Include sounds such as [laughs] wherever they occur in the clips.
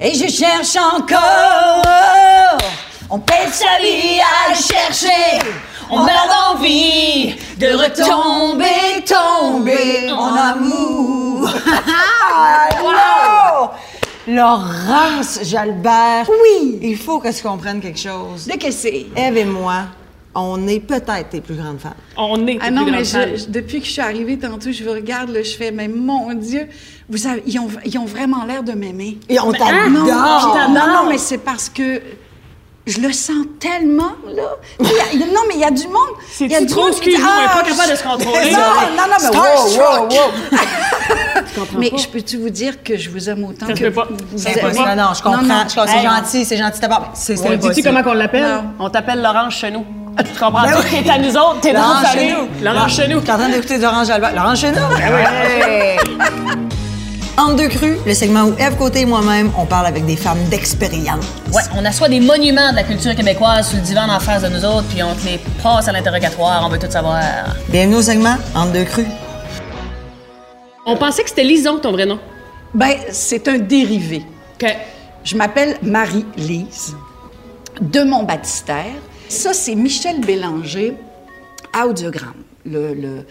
Et je cherche encore. On pète sa vie à le chercher. On meurt d'envie de retomber, tomber en amour. [laughs] Ah, wow! Laurence Jalbert. Oui. Il faut que je comprenne quelque chose. De que c'est? Ève et moi, on est peut-être tes plus grandes fans. On est. Ah tes non, plus mais grandes je- fans. je- depuis que je suis arrivée tantôt, je vous regarde, là, je fais, mais mon Dieu, vous avez- ils, ont, ils ont vraiment l'air de m'aimer. Et on Non, t'adore. je t'adore, non, mais c'est parce que je le sens tellement, là. Il y a- il y a- non, mais il y a du monde. Il y a C'est-tu du trop monde qui dit, excuse-moi, ah, pas capable de se contrôler. Non, non, non, mais wow, wow, wow, wow. Mais je peux-tu vous dire que je vous aime autant Ça se que peut pas. vous Ça C'est se peut aimez? pas. impossible. Non, non, je comprends. Non, non. Je comprends. C'est Hey. gentil, c'est gentil de ta part. C'est On dit-tu comment qu'on l'appelle? Non. On t'appelle Laurence Cheneau. [laughs] Tu comprends? T'es à nous autres, t'es dans Laurent notre famille. Cheneau. Ben Laurence Cheneau. T'es en train d'écouter Laurent Jalbert. Laurent Cheneau. Ah En deux crus, le segment où Eve Côté et moi-même, on parle avec des femmes d'expérience. Ouais, on assoit des monuments de la culture québécoise sur le divan en face de nous autres, puis on te les passe à l'interrogatoire, on veut tout savoir. Bienvenue au segment En deux crus. On pensait que c'était Lison, ton vrai nom. Ben, c'est un dérivé. OK. Je m'appelle Marie-Lise de mon baptistère. Ça, c'est Michel Bélanger, audiogramme. Le, le-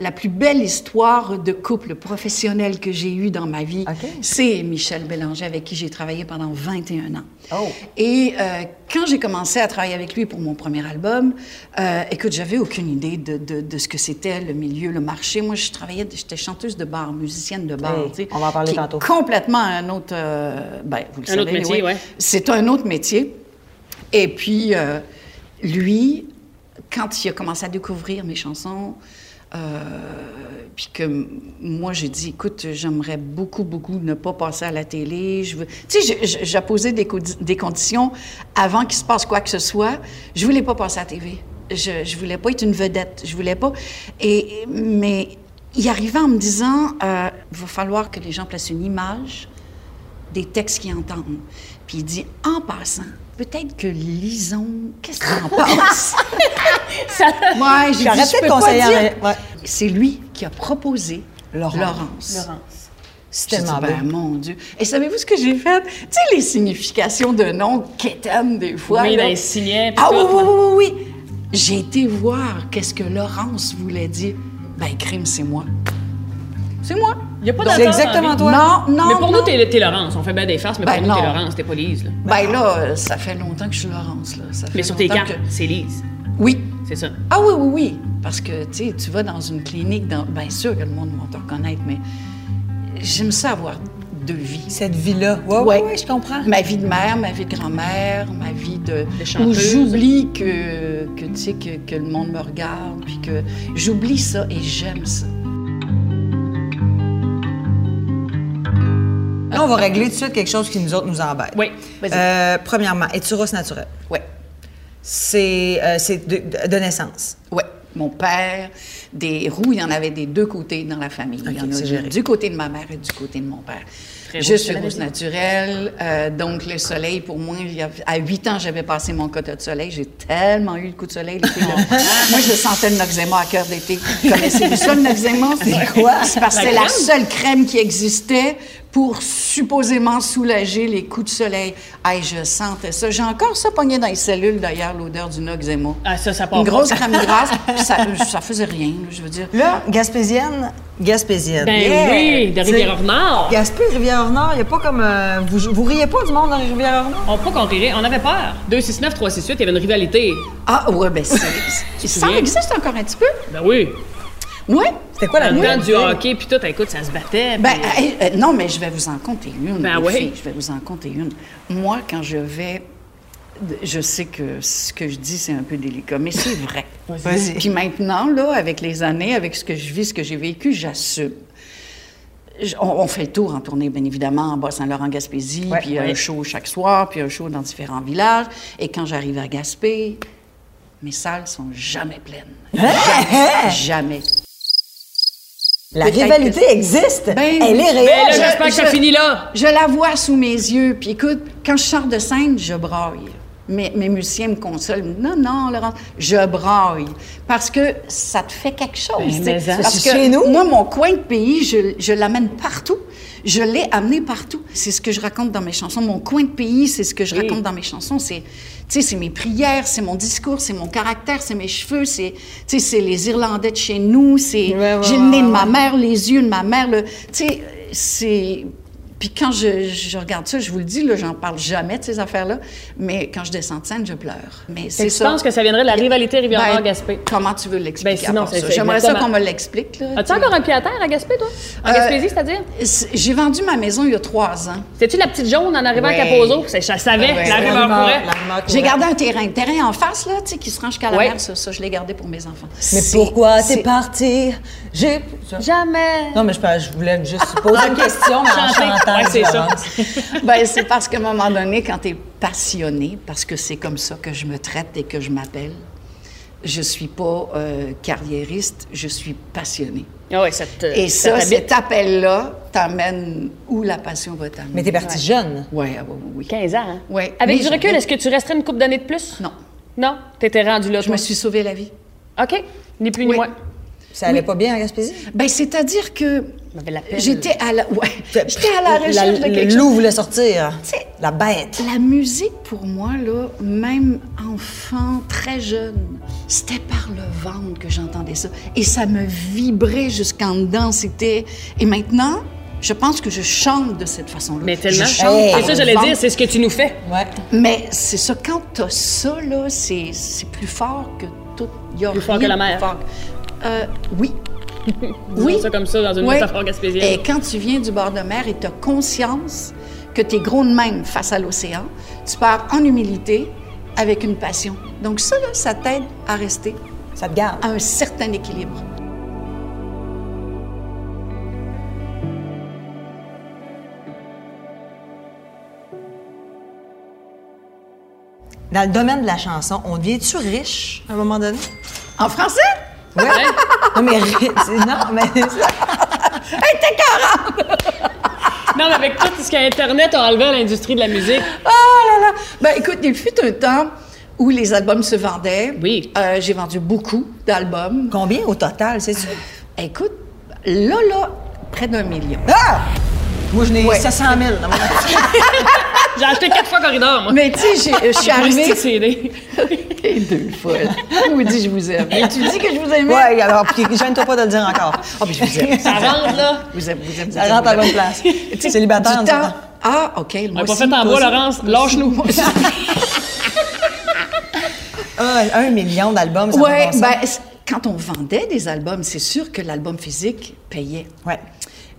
la plus belle histoire de couple professionnel que j'ai eue dans ma vie, OK. c'est Michel Bélanger, avec qui j'ai travaillé pendant 21 ans. Oh. Et euh, quand j'ai commencé à travailler avec lui pour mon premier album, euh, écoute, j'avais aucune idée de, de- de ce que c'était le milieu, le marché. Moi, je travaillais, j'étais chanteuse de bar, musicienne de bar. Hey, tu sais, on va en parler qui est tantôt. complètement un autre. euh, ben, vous le Un savez, autre métier, anyway. ouais. C'est un autre métier. Et puis, euh, lui, quand il a commencé à découvrir mes chansons, euh, puis que m- moi, j'ai dit, écoute, j'aimerais beaucoup, beaucoup ne pas passer à la télé. Je veux... Tu sais, j'ai- j'ai posé des, codi- des conditions avant qu'il se passe quoi que ce soit. Je voulais pas passer à la TV. Je, je voulais pas être une vedette. Je voulais pas. Et, mais il arrivait en me disant, euh, il va falloir que les gens placent une image des textes qu'ils entendent. Puis il dit, en passant, peut-être que Lison, qu'est-ce que t'en penses? Ouais, J'aurais j'ai dit, je peut-être peux pas conseillé dire. en- ouais. C'est lui qui a proposé Laurence. Laurence. C'est J'ai dit, tellement ben, beau. mon Dieu. Et savez-vous ce que j'ai fait? Tu sais, les significations de noms quétaines, des fois. Oui, là. dans les signets, puis Ah tout. oui, oui, oui, oui, oui. J'ai été voir qu'est-ce que Laurence voulait dire. Ben, crime, c'est moi. C'est moi. Il a pas C'est d'attente exactement dans toi. Non, non, Mais pour non. nous, t'es t'es Laurence. On fait bien des farces, mais Ben pour nous, t'es non. Laurence, t'es pas Lise. là. Ben là, euh, ça fait longtemps que je suis Laurence, là. Ça fait Mais sur tes longtemps cartes, que- c'est Lise. Oui. C'est ça. Ah oui, oui, oui. Parce que, tu sais, tu vas dans une clinique, dans... bien sûr que le monde va te reconnaître, mais j'aime ça avoir deux vies. Cette vie-là. Ouais, ouais, Ouais. ouais, je comprends. Ma vie de mère, ma vie de grand-mère, ma vie de... Où chanteuse. j'oublie que, que, tu sais, que, que le monde me regarde, puis que j'oublie ça et j'aime ça. Là, on va régler tout de suite quelque chose qui nous autres nous embête. Oui, vas-y. Euh, premièrement, es-tu rose naturelle? Ouais, C'est euh, c'est de, de naissance. ouais. Mon père, des roues, il y en avait des deux côtés dans la famille. il y Ok, en c'est géré. a du côté de ma mère et du côté de mon père. Très je beau, suis c'est la rose maison. naturelle, euh, donc le soleil, pour moi, il y a- à 8 ans, j'avais passé mon quota de soleil. J'ai tellement eu le coup de soleil. [laughs] les filles, là. moi, je sentais le Noxema à cœur d'été. Connaissez-vous ça, le Noxema? [laughs] C'est quoi? C'est parce que La c'est la crème? seule crème qui existait pour supposément soulager les coups de soleil. Hey, je sentais ça. J'ai encore ça pogné dans les cellules, d'ailleurs, l'odeur du Noxema. Ah, ça, ça part Une pas. grosse crème grasse, puis ça, ça faisait rien, là, je veux dire. Là, Gaspésienne, Gaspésienne. Ben oui, de C'est- Rivière-Nord. Gaspé, Rivière-Nord, il n'y a pas comme. euh, vous, vous riez pas du monde dans Rivière-Nord? On pas qu'on rirait, on avait peur. 269, 368, il y avait une rivalité. Ah, ouais, [laughs] ben c'est. ça souviens? existe encore un petit peu? Ben oui. Oui? C'était quoi la Dans le temps du nuit? hockey, puis tout, écoute, ça se battait. Ben, puis- hey, euh, non, mais je vais vous en compter une. Ben les oui. filles, Je vais vous en compter une. Moi, quand je vais. Je sais que ce que je dis, c'est un peu délicat, mais c'est vrai. Vas-y. Puis maintenant, là, avec les années, avec ce que je vis, ce que j'ai vécu, j'assume. Je- On, on fait le tour en tournée, bien évidemment, en Bas-Saint-Laurent-Gaspésie, Ouais, puis un ouais. show chaque soir, puis un show dans différents villages. Et quand j'arrive à Gaspé, mes salles sont jamais pleines. Hein? Jamais. jamais. La Peut-être rivalité que- existe. Ben Elle oui. est Ben là, réelle. j'espère que ça je- finit là. Je la vois sous mes yeux, puis écoute, quand je sors de scène, je braille. mes, mes musiciens me consolent. Non, non, Laurent, je braille. Parce que ça te fait quelque chose. tu sais. mais ça, parce Ben, c'est que chez nous. moi, mon coin de pays, je, je l'amène partout. Je l'ai amené partout. C'est ce que je raconte dans mes chansons. Mon coin de pays, c'est ce que je raconte dans mes chansons. C'est, tu sais, c'est mes prières, c'est mon discours, c'est mon caractère, c'est mes cheveux, c'est, tu sais, c'est les Irlandais de chez nous, c'est, Ouais, ouais, j'ai le ouais, nez de ouais, ma mère, les yeux de ma mère, le- tu sais, c'est. Puis quand je, je regarde ça, je vous le dis, là, j'en parle jamais de ces affaires-là, mais quand je descends de scène, je pleure. Mais Fait c'est que tu ça. penses que ça viendrait de la rivalité Rivière-Nord-Gaspé? Comment tu veux l'expliquer Ben, sinon, à part c'est- ça? c'est J'aimerais ça qu'on exactement. me l'explique. là, As-tu tu sais. encore un pied à terre à Gaspé, toi? En Euh, Gaspésie, c'est-à-dire? C'est- J'ai vendu ma maison il y a trois ans. C'était-tu la petite jaune en arrivant Ouais. à Capozo? C'est- Je savais, Ouais. la La rumeur courait. J'ai gardé un terrain, un terrain en face, là, tu sais, qui se range jusqu'à la Ouais. mer. Ça, ça, je l'ai gardé pour mes enfants. Mais C'est- pourquoi c'est- t'es parti? J'ai. Jamais. Non, mais je, je voulais [laughs] juste poser une question, mais en Chanter. chantant, Ouais, c'est ça. Laurence. [laughs] ben, c'est parce qu'à un moment donné, quand tu es passionné, parce que c'est comme ça que je me traite et que je m'appelle, je suis pas euh, carriériste, je suis passionnée. Ah ouais, ça te- Et ça ça, t'habite. cet appel-là t'amène où la passion va t'amener. Mais t'es parti jeune. Ouais, ah, oui, oui, oui. 15 ans, hein? Ouais. Avec Mais du je- recul, est-ce que tu resterais une couple d'années de plus? Non, Non? T'étais rendu là, je me toi? suis sauvée la vie. OK. Ni plus ni Oui. moins. Ça allait pas bien en Gaspésie? Ben, c'est-à-dire que J'avais la peine. j'étais à la, ouais, j'étais à la recherche de quelque le chose. loup voulait sortir. sais- La bête. La musique, pour moi, là, même enfant, très jeune, c'était par le ventre que j'entendais ça. Et ça me vibrait jusqu'en dedans. C'était... Et maintenant, je pense que je chante de cette façon-là. Mais tellement. Je chante Hey. par C'est ça, le j'allais ventre. dire, c'est ce que tu nous fais. Ouais. Mais c'est ça, quand t'as ça, là, c'est, c'est plus fort que tout. Y a Plus fort rien que la mer. plus fort. Euh, oui. [laughs] Disons ça comme ça dans une métaphore gaspésienne. Et quand tu viens du bord de mer et t'as conscience que t'es gros de même face à l'océan, tu pars en humilité avec une passion. Donc ça, là, ça t'aide à rester Ça te garde. à un certain équilibre. Dans le domaine de la chanson, on devient-tu riche à un moment donné? En français? Ouais. non, mais [laughs] riche. Non, mais. Non, mais avec tout ce qu'Internet a enlevé à l'industrie de la musique, Ah là là! Ben écoute, il fut un temps où les albums se vendaient. Oui. Euh, j'ai vendu beaucoup d'albums. Combien au total, c'est sûr? Écoute, là, là, près d'un million. Ah! Moi, je n'ai Ouais. 700 000 [laughs] dans mon j'ai acheté quatre fois Corridor, moi. Mais tu sais, j'ai- je [laughs] suis J'ai arrivée. CD. T'es deux [laughs] folles. Je vous dis, je vous aime. Et tu dis que je vous aimais. Ouais, alors, puis gêne-toi pas de le dire [laughs] encore. Ah, puis je vous aime. [laughs] Ça rentre, là. Vous aime, vous aime. Ça rentre à la bonne place. Célibataire, Du nous temps. autres. Ah, OK. On Moi n'a pas aussi, fait en moi bois, aussi. Laurence. Lâche-nous. Ah, un million d'albums, ça n'a Ouais, pas de bon sens. ben, c- quand on vendait des albums, c'est sûr que l'album physique payait. Ouais.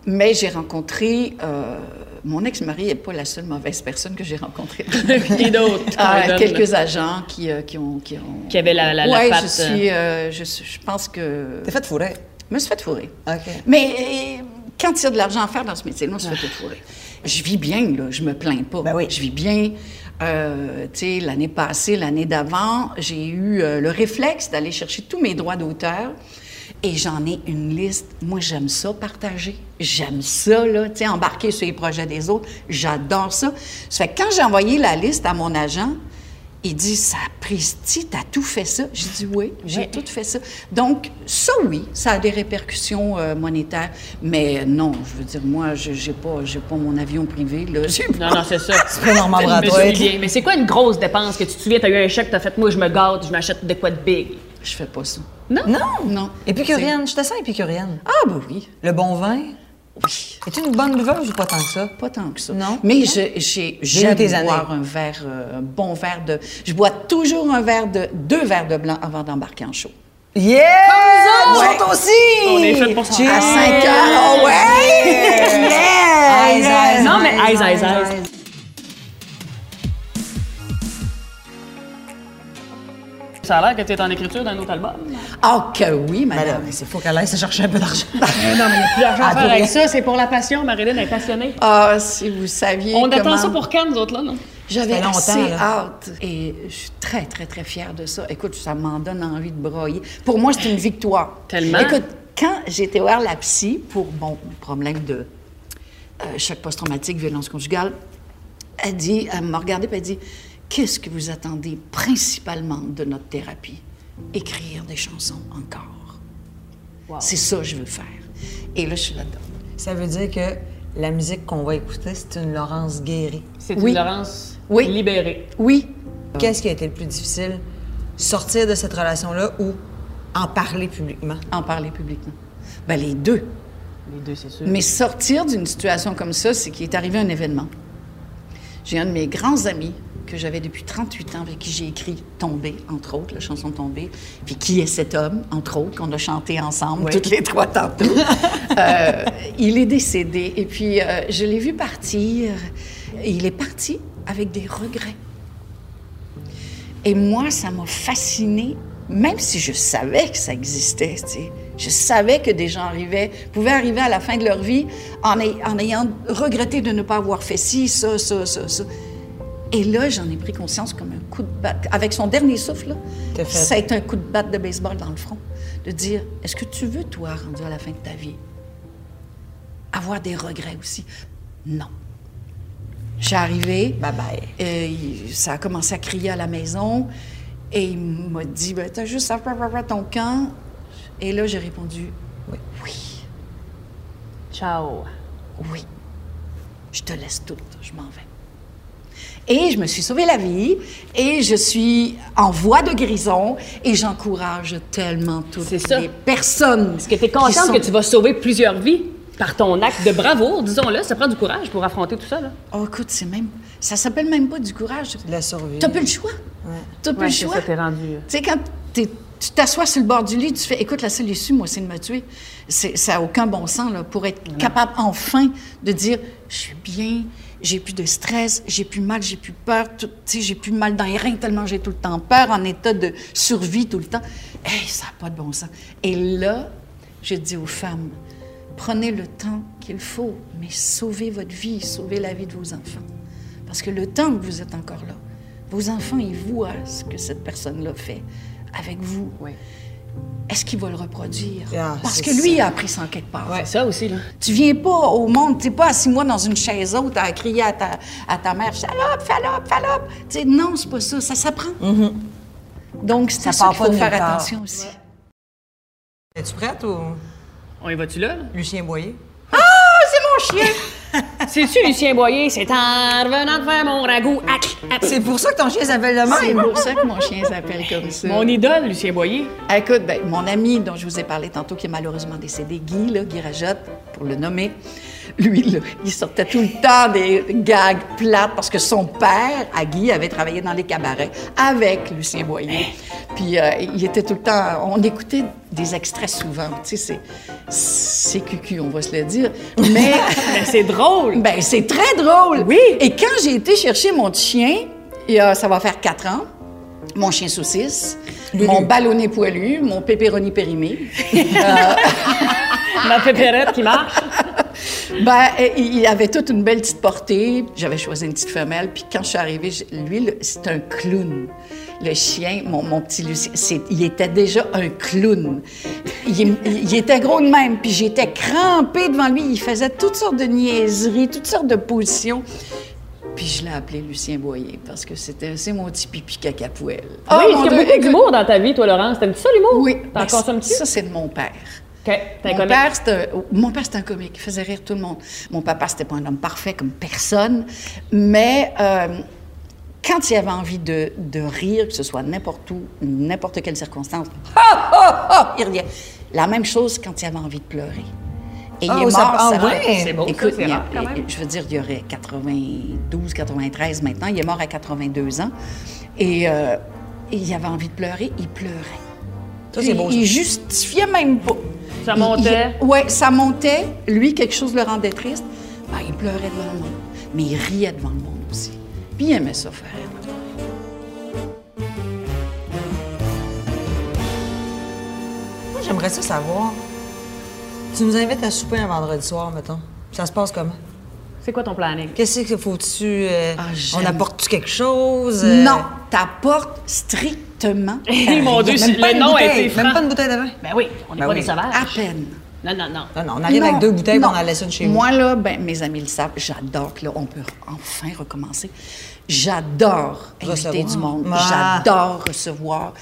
Mais j'ai rencontré. euh, mon ex-mari n'est pas la seule mauvaise personne que j'ai [laughs] rencontrée. dans ma vie. Et d'autres. [laughs] Ah, Pardon. quelques agents qui, euh, qui ont, qui ont. Qui avaient la- la- la Ouais, patte, je euh. suis. euh, je, suis- je pense que. T'es fait fourrer. Je me suis fait fourrer. Ah, OK. Mais euh, quand il y a de l'argent à faire dans ce métier-là, on se fait tout fourrer. Je vis bien, là, je me plains pas. Ben oui. Je vis bien. Euh, tu sais, l'année passée, l'année d'avant, j'ai eu euh, le réflexe d'aller chercher tous mes droits d'auteur. Et j'en ai une liste. Moi, j'aime ça, partager. J'aime ça, là, tu sais, embarquer sur les projets des autres. J'adore ça. Ça fait que quand j'ai envoyé la liste à mon agent, il dit, ça Pristi, t'as tout fait ça? J'ai dit oui, j'ai tout fait ça. Donc, ça oui, ça a des répercussions euh, monétaires, mais non, je veux dire, moi, je- j'ai pas, j'ai pas mon avion privé, là. [laughs] J'ai pas- Non, non, c'est ça. C'est pas normal, Mais Brad. je me souviens. Mais c'est quoi une grosse dépense que tu te souviens, t'as eu un chèque, t'as fait, moi, je me garde, je m'achète de quoi de big? Je fais pas ça. Non? Non. Épicurienne, je te sens épicurienne. Ah, bah oui. Le bon vin? Oui. Es-tu une bonne buveuse ou pas tant que ça? Pas tant que ça. Non? Mais je- j'ai J'ai eu j'aime tes boire un verre, euh, un bon verre de. Je bois toujours un verre de, deux verres de blanc avant d'embarquer en show. Yeah! Nous Ouais. autres aussi! Ah, On est fait pour ça. Ah. Cheers! À 5 heures, oh ouais! Yeah! Eyes, eyes, Non, mais eyes, eyes, eyes. Ça a l'air que t'es en écriture d'un autre album. Ah, que oui, Ben là, madame. mais c'est faux qu'elle aille se chercher un peu d'argent. Non, mais il n'y a plus d'argent Ah, à faire pour avec vrai. ça. C'est pour la passion. Marilyn est passionnée. Ah, si vous saviez. On attend comment- ça pour quand, nous autres, là, non? Ça J'avais fait assez longtemps, là. hâte et je suis très, très, très fière de ça. Écoute, ça m'en donne envie de broyer. Pour moi, c'est une victoire. Tellement. Écoute, quand j'ai été voir la psy pour mon problème de euh, choc post-traumatique, violence conjugale, elle dit, elle m'a regardée et elle dit Qu'est-ce que vous attendez principalement de notre thérapie? Écrire des chansons encore. C'est ça que je veux faire. Et là, je suis là-dedans. Ça veut dire que la musique qu'on va écouter, c'est une Laurence Guéry. C'est Oui. une Laurence Oui. libérée. Oui, Qu'est-ce qui a été le plus difficile? Sortir de cette relation-là ou en parler publiquement? en parler publiquement. Ben, les deux. Les deux, c'est sûr. Mais sortir d'une situation comme ça, c'est qu'il est arrivé un événement. J'ai un de mes grands amis que j'avais depuis 38 ans, avec qui j'ai écrit Tomber, entre autres, la chanson Tomber. Puis qui est cet homme, entre autres, qu'on a chanté ensemble toutes les trois tantôt. Euh, il est décédé et puis euh, je l'ai vu partir. Et il est parti avec des regrets. Et moi, ça m'a fascinée, même si je savais que ça existait. tu sais. Je savais que des gens arrivaient, pouvaient arriver à la fin de leur vie en, ay- en ayant regretté de ne pas avoir fait ci, ça, ça, ça, ça. Et là, j'en ai pris conscience comme un coup de batte. Avec son dernier souffle, là, T'as fait- ça a été un coup de batte de baseball dans le front. De dire, est-ce que tu veux, toi, rendu à la fin de ta vie, avoir des regrets aussi? Non. J'ai arrivé. Bye bye. Euh, il- ça a commencé à crier à la maison et il m'a dit ben, T'as juste à faire faire ton camp. Et là, j'ai répondu Oui. Oui. Ciao. Oui. Je te laisse toute, je m'en vais. Et je me suis sauvé la vie et je suis en voie de guérison et j'encourage tellement toutes C'est ça. les personnes. Est-ce que tu es qui contente sont- que tu vas sauver plusieurs vies par ton acte de bravoure, disons-le? Ça prend du courage pour affronter tout ça, là. Oh, écoute, c'est même. Ça s'appelle même pas du courage. De la survie. T'as plus le choix. T'as plus Ouais, le c'est choix. ça, t'es rendu. Tu sais, quand t'es- tu t'assois sur le bord du lit, tu fais écoute, la seule issue, moi, c'est de me tuer. C'est- Ça n'a aucun bon sens, là, pour être capable enfin de dire je suis bien, j'ai plus de stress, j'ai plus mal, j'ai plus peur, tout- tu sais, j'ai plus mal dans les reins tellement j'ai tout le temps peur, en état de survie tout le temps. Hey, ça n'a pas de bon sens. Et là, je dis aux femmes prenez le temps qu'il faut, mais sauvez votre vie, sauvez la vie de vos enfants. Parce que le temps que vous êtes encore là, vos enfants, ils voient ce que cette personne-là fait avec vous. Est-ce qu'il va le reproduire? Ah, Parce c'est que lui, il a appris ça en quelque part. C'est ça aussi, là. Tu viens pas au monde, t'es pas assis moi dans une chaise haute à crier à ta, à ta mère, salope, salope, salope. Tu sais, non, c'est pas ça, ça s'apprend. Mm-hmm. Donc, c'est Ça à ça part qu'il pas faut de nulle faire part. attention aussi. Es-tu prête ou On y va-tu là? là? Lucien Boyer? C'est-tu Lucien Boyer? C'est en revenant de faire mon ragoût. Hac, hac. C'est pour ça que ton chien s'appelle le C'est même. pour ça que mon chien s'appelle comme ça. Mon idole, Lucien Boyer. Écoute, ben, mon ami dont je vous ai parlé tantôt, qui est malheureusement décédé, Guy, là, Guy Rajotte, pour le nommer, lui, là, il sortait tout le temps des gags plates parce que son père, à Guy, avait travaillé dans les cabarets avec Lucien Boyer. Puis euh, il était tout le temps... On écoutait des extraits souvent, tu sais, c'est... C'est cucu, on va se le dire. Mais... Ben, c'est drôle. Ben, c'est très drôle. Oui. Et quand j'ai été chercher mon chien, il y a- ça va faire quatre ans, mon chien saucisse, mon ballonnet poilu, mon pépéroni périmé, Ma pépérette qui marche. ben, et- il il avait toute une belle petite portée. J'avais choisi une petite femelle. Puis quand je suis arrivée, j'ai- lui, le- c'est un clown. Le chien, mon, mon petit Lucien, c'est- il était déjà un clown. Il, est- il était gros de même. Puis j'étais crampée devant lui. Il faisait toutes sortes de niaiseries, toutes sortes de positions. Puis je l'ai appelé Lucien Boyer parce que c'était c'est mon petit pipi cacapouelle. Oh, Ah oui, mon est-ce qu'il y Dieu, a beaucoup écoute- d'humour dans ta vie, toi, Laurence? T'aimes-tu ça, l'humour? Oui. T'en Ben, consommes-tu? Ça, c'est de mon père. OK. T'es Mon comme père, c'était un- oh, mon père, c'était un comique. Il faisait rire tout le monde. Mon papa, c'était pas un homme parfait comme personne, mais euh, quand il avait envie de, de rire, que ce soit n'importe où, n'importe quelle circonstance, ha, ha, ha, il riait. La même chose quand il avait envie de pleurer. Et Ah, il est ça- mort, ah ça- ouais? C'est beau, ça, Écoute, c'est il y a- rare, quand même. je veux dire, il y aurait 92, 93 maintenant. Il est mort à 82 ans. Et euh, il avait envie de pleurer, il pleurait. Ça, c'est beau, Il- ça. Il justifiait même pas. Ça montait? Oui, ça montait. Lui, quelque chose le rendait triste. Ben, il pleurait devant le monde. Mais il riait devant le monde aussi. Puis il aimait ça faire. rire le monde. Moi, j'aimerais ça savoir. Tu nous invites à souper un vendredi soir, mettons. Ça se passe comment? C'est quoi ton planning? Qu'est-ce que faut-tu. euh, Ah, j'aime. on apporte-tu quelque chose? euh, Non, t'apportes strictement Eh, mon Dieu, [laughs] [laughs] Même le pas une nom a bouteille, été franc. Même pas une bouteille de vin. Ben oui, on n'est Ben pas oui. des sauvages. à peine. Non, non, non. Non, non, on arrive avec deux bouteilles et on en laisse une chez Moi, là, ben, mes amis le savent, j'adore que là, on peut enfin recommencer. J'adore inviter Recevoir. du monde. Ah. J'adore recevoir.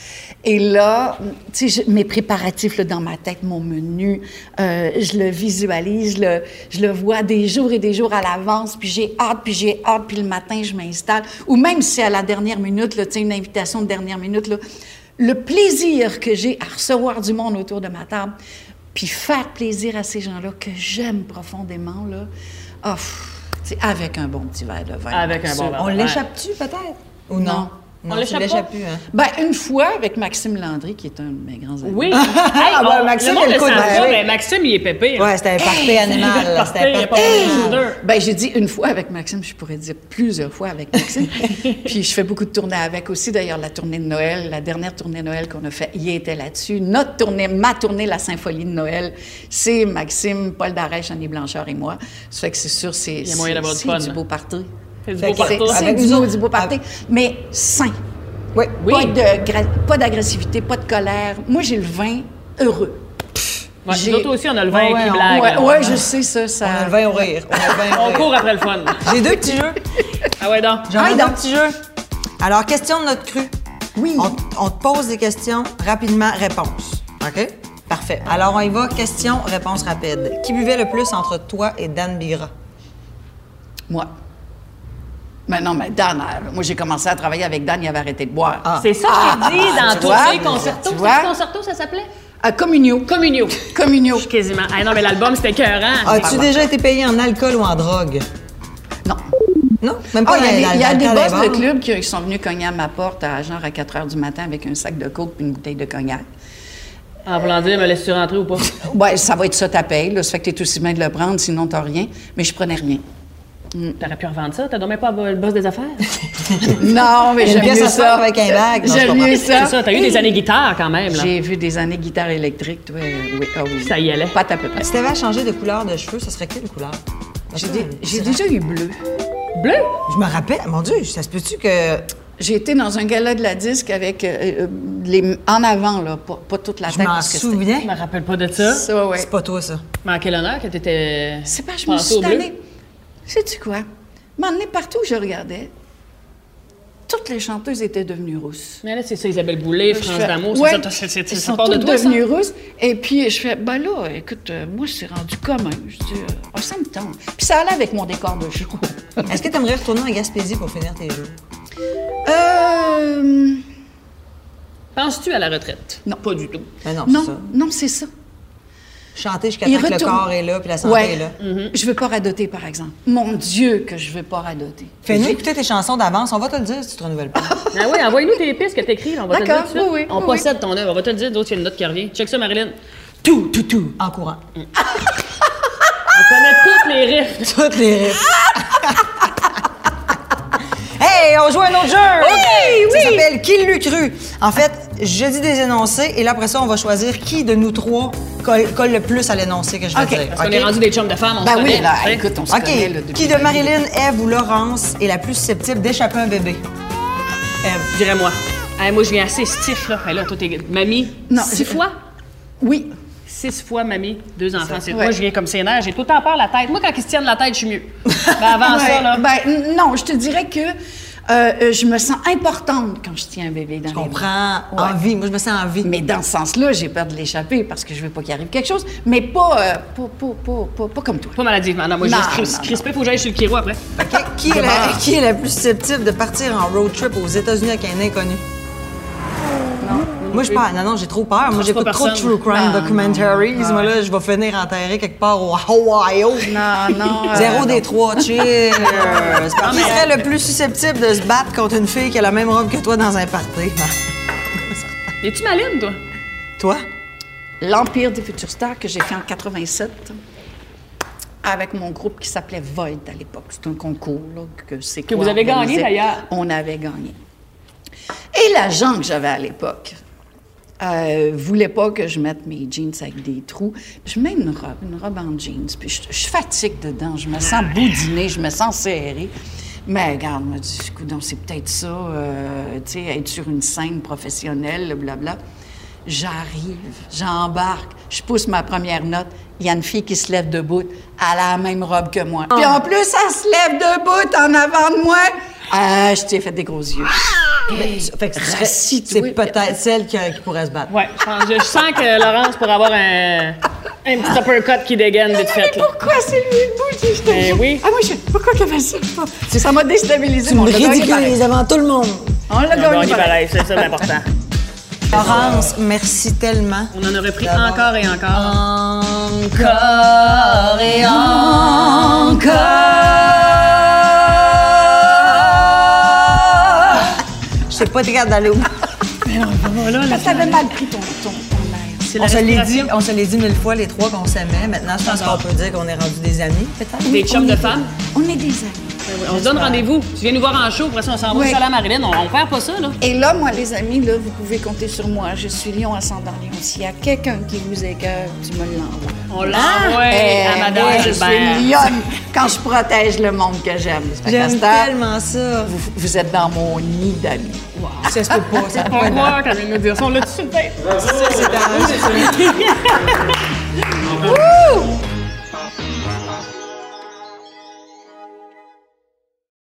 Et là, tu sais, je- mes préparatifs là, dans ma tête, mon menu, euh, je le visualise, je le, je le vois des jours et des jours à l'avance, puis j'ai hâte, puis j'ai hâte, puis le matin, je m'installe. Ou même si à la dernière minute, là, tu sais, une invitation de dernière minute, là, le plaisir que j'ai à recevoir du monde autour de ma table, puis faire plaisir à ces gens-là que j'aime profondément, là, ah, pff, tu sais, avec un bon petit verre de vin. Avec un là-dessus. bon verre. On Ouais. l'échappe-tu, peut-être? Ou non? Ah, Non. Non, On tu l'échappe l'échappes pas? plus, hein? Ben, une fois, avec Maxime Landry, qui est un de mes grands amis. [laughs] Oui. Hey, Ah, ben, on- Maxime, le monde il a le le coup de savent marché. pas, mais Maxime, il est pépé. hein. [laughs] Ouais, c'était un parfait animal, [laughs] là. C'était Il un a pas parfait parlé animal. du odeur. Ben, j'ai dit une fois avec Maxime, je pourrais dire plusieurs fois [laughs] avec Maxime. Puis je fais beaucoup de tournées avec aussi. D'ailleurs, la tournée de Noël, la dernière tournée de Noël qu'on a faite, il était là-dessus. Notre tournée, ma tournée, la symphonie de Noël, c'est Maxime, Paul Darèche, Annie Blanchard et moi. Ça fait que c'est sûr, c'est y a moyen c'est- d'avoir du c'est fun. du beau party. C'est du Fait beau que C'est partout. c'est Avec du, nous beau- autres. du beau party, mais sain. Oui. Oui. Pas de gra- Pas d'agressivité, pas, de colère. Moi, j'ai le vin heureux. Ouais, J'ai- nous autres aussi, on a le vin Ouais, ouais, qui on- blague. Ouais, là. ouais, je sais ça. ça... On a le vin au rire. On a le vin au On rire. court après le fun. J'ai deux petits jeux. Ah ouais, donc. J'en ai Ah, deux donc. petits jeux. Alors, question de notre cru. Oui. On, on te pose des questions, rapidement, réponse. OK? Parfait. Alors, on y va. Question, réponse rapide. Qui buvait le plus entre toi et Dan Bigra? Moi. Mais non, mais Dan, euh, moi j'ai commencé à travailler avec Dan, il avait arrêté de boire. Ah. C'est ça que j'ai dit Ah, dans tu tous vois, les concertos. tu C'est vois. quel concerto, ça s'appelait? À Communio. Communio. Communio. [laughs] Quasiment. Ah non, mais l'album, c'était écœurant. Ah, As-tu déjà été payé en alcool ou en drogue? Non. Non? Même Ah, pas dans- il y a des, dans- il y a dans des le boss bar? de club qui qui sont venus cogner à ma porte à genre à 4 h du matin avec un sac de coke puis une bouteille de cognac. En voulant dire, me laisses-tu rentrer [laughs] ou pas? Oh. Ouais, ça va être ça ta paye, là. Ça fait que t'es aussi bien de le prendre, sinon t'as rien. Mais je [laughs] prenais rien. T'aurais pu revendre ça? T'as dormi pas le boss des [laughs] affaires? non, mais Une j'aime pièce mieux à faire ça. avec un bag. Non, je J'aime comprends. mieux C'est ça. ça, t'as eu des années guitare quand même, là. J'ai vu des années guitare électrique, toi. euh, Oui, ah oui. Ça y allait. Pas à peu près. Si t'avais à changer de couleur de cheveux, ça serait quelle couleur? J'ai Parce dé- que- J'ai déjà eu bleu. Bleu? Je me rappelle, mon Dieu, ça se peut-tu que. J'ai été dans un gala de la disque avec euh, euh, les en avant là, pas, pas toute la Je tête m'en parce que c'était- souviens? Je me rappelle pas de ça. Ça, ouais. C'est pas toi, ça. Mais en quel honneur que t'étais. C'est pas, je me passée suis au bleu. tannée. Sais-tu quoi? M'emmener partout où je regardais, toutes les chanteuses étaient devenues rousses. Mais là, c'est ça, Isabelle Boulay, Je France fais, d'amour, ouais, c'est ça, c'est- c'est- elles ça sont part de toutes toi, ça? devenues rousses. Et puis, je fais, ben là, écoute, euh, moi, c'est rendu commun. Je dis, euh, Ah, ça me tente. Puis ça allait avec mon décor de show. Est-ce que t'aimerais retourner en Gaspésie pour finir tes jeux? [laughs] euh... Penses-tu à la retraite? Non. Pas du tout. Ben non, c'est ça. Non, non, c'est ça. Chanter jusqu'à Il temps que le retourne. corps est là puis la santé Ouais. est là. Mm-hmm. Je veux pas radoter, par exemple. Mon Dieu, que je veux pas radoter. Fais-nous écouter tes chansons d'avance, on va te le dire si tu te renouvelles pas. Ah oui, envoie-nous tes pistes que t'écris, là, on va te le dire. D'accord, tout de suite. oui, oui, On oui, possède ton œuvre, on va te le dire. D'autres, il y a une note qui revient. Check ça, Marilyn. Tout, tout, tout. en courant. On connaît toutes les riffs. Toutes les riffs. [laughs] Hey, on joue à un autre jeu! Oui, oui! Ça s'appelle Qui l'eût cru? En fait, je dis des énoncés et là, après ça, on va choisir qui de nous trois colle, colle le plus à l'énoncé que je vais Ok. dire. Parce qu'on ok? est rendu des chums de femmes, on Ben se oui, connaît, là, tu sais. écoute, on se connaît, là, OK. depuis Qui de la vie. Marilyn, Eve ou Laurence est la plus susceptible d'échapper un bébé? Je dirais moi. Hey, moi, je viens assez stiff, là. Hey, là, toi, t'es... Mamie, Non, six j'ai- fois? Oui, Six fois, mamie, deux enfants. C'est... Ouais. Moi, je viens comme sénère. J'ai tout le temps peur de la tête. Moi, quand ils se tiennent la tête, je suis [laughs] mieux. Ben, avant Ouais, ça, là... ben, n- non, je te dirais que euh, euh, je me sens importante quand je tiens un bébé dans Je les bras. comprends. En vie. Moi, je me sens en vie. Mais dans ce sens-là, j'ai peur de l'échapper parce que je veux pas qu'il arrive quelque chose, mais pas, euh, pas, pas, pas, pas, pas comme toi. Pas maladivement. Non, moi, Non, juste non, cris- non. crispé. Faut que j'aille sur le chiro après. Ok, Qui, est la, qui est la plus susceptible de partir en road trip aux États-Unis avec un inconnu? Non. Moi, je pas. Non, non, j'ai trop peur. Moi, j'écoute pas trop de personne. true crime documentaries. Moi, là, je vais finir enterré quelque part au Ohio. Non, non. euh, Zéro non. des trois, [laughs] cheers! qui serait le plus susceptible de se battre contre une fille qui a la même robe que toi dans un party? Ah. Es-tu maligne, toi? toi? L'Empire des futurs stars que j'ai fait en 87 avec mon groupe qui s'appelait Void à l'époque. C'est un concours là, que c'est Que quoi, vous avez gagné, organisé. d'ailleurs. On avait gagné. Et l'agent que j'avais à l'époque euh, voulait pas que je mette mes jeans avec des trous. Puis je mets une robe, une robe en jeans. Puis je, je fatigue dedans. Je me sens boudinée, je me sens serrée. Mais regarde, je me dis, coudonc, c'est peut-être ça, euh, tu sais, être sur une scène professionnelle, blabla. J'arrive, j'embarque, je pousse ma première note. Il y a une fille qui se lève debout. Elle a la même robe que moi. Puis en plus, elle se lève debout en avant de moi. Ah, je t'ai fait des gros yeux. Fait que c'est- Rassis, c'est toi. peut-être celle qui, qui pourrait se battre. Ouais, je, pense- je- je sens que Laurence pourrait avoir un, un petit uppercut qui dégaine vite fait. là. Pourquoi c'est lui le bout? Je te Eh jure. oui. Ah, moi, je Pourquoi qu'elle fait ça? C'est- Ça m'a déstabilisé. Tu mais on me l'a gagné ridiculises pareil. avant tout le monde. On l'a On gagné est pareil. pareil, c'est ça l'important. Laurence, merci tellement. On en aurait pris encore et encore. Encore et encore. Je sais pas, t'es capable d'aller où. Parce que t'avais mal pris ton, ton, ton air. On se l'est dit, on se l'est dit mille fois, les trois qu'on s'aimait. Maintenant, je pense qu'on peut dire qu'on est rendus des amis, peut-être. Des chums de femmes. On est des amis. On se donne rendez-vous. Tu viens nous voir en show, après ça, on s'en va Oui. au Salam Marilyn. On, on perd pas ça, là. Et là, moi, les amis, là, vous pouvez compter sur moi. Je suis lion ascendant lion. S'il y a quelqu'un qui vous écœure, tu me l'envoies. On l'envoie Ah, Eh, à Madame moi, je suis Gilbert. une lionne quand je protège le monde que ben. j'aime. Fait qu'à J'aime cette heure, tellement ça. vous, vous êtes dans mon nid d'amis. Ça se peut pas, ça peut pas On être voit quand même nous dire ça. On l'a tout de suite. dans-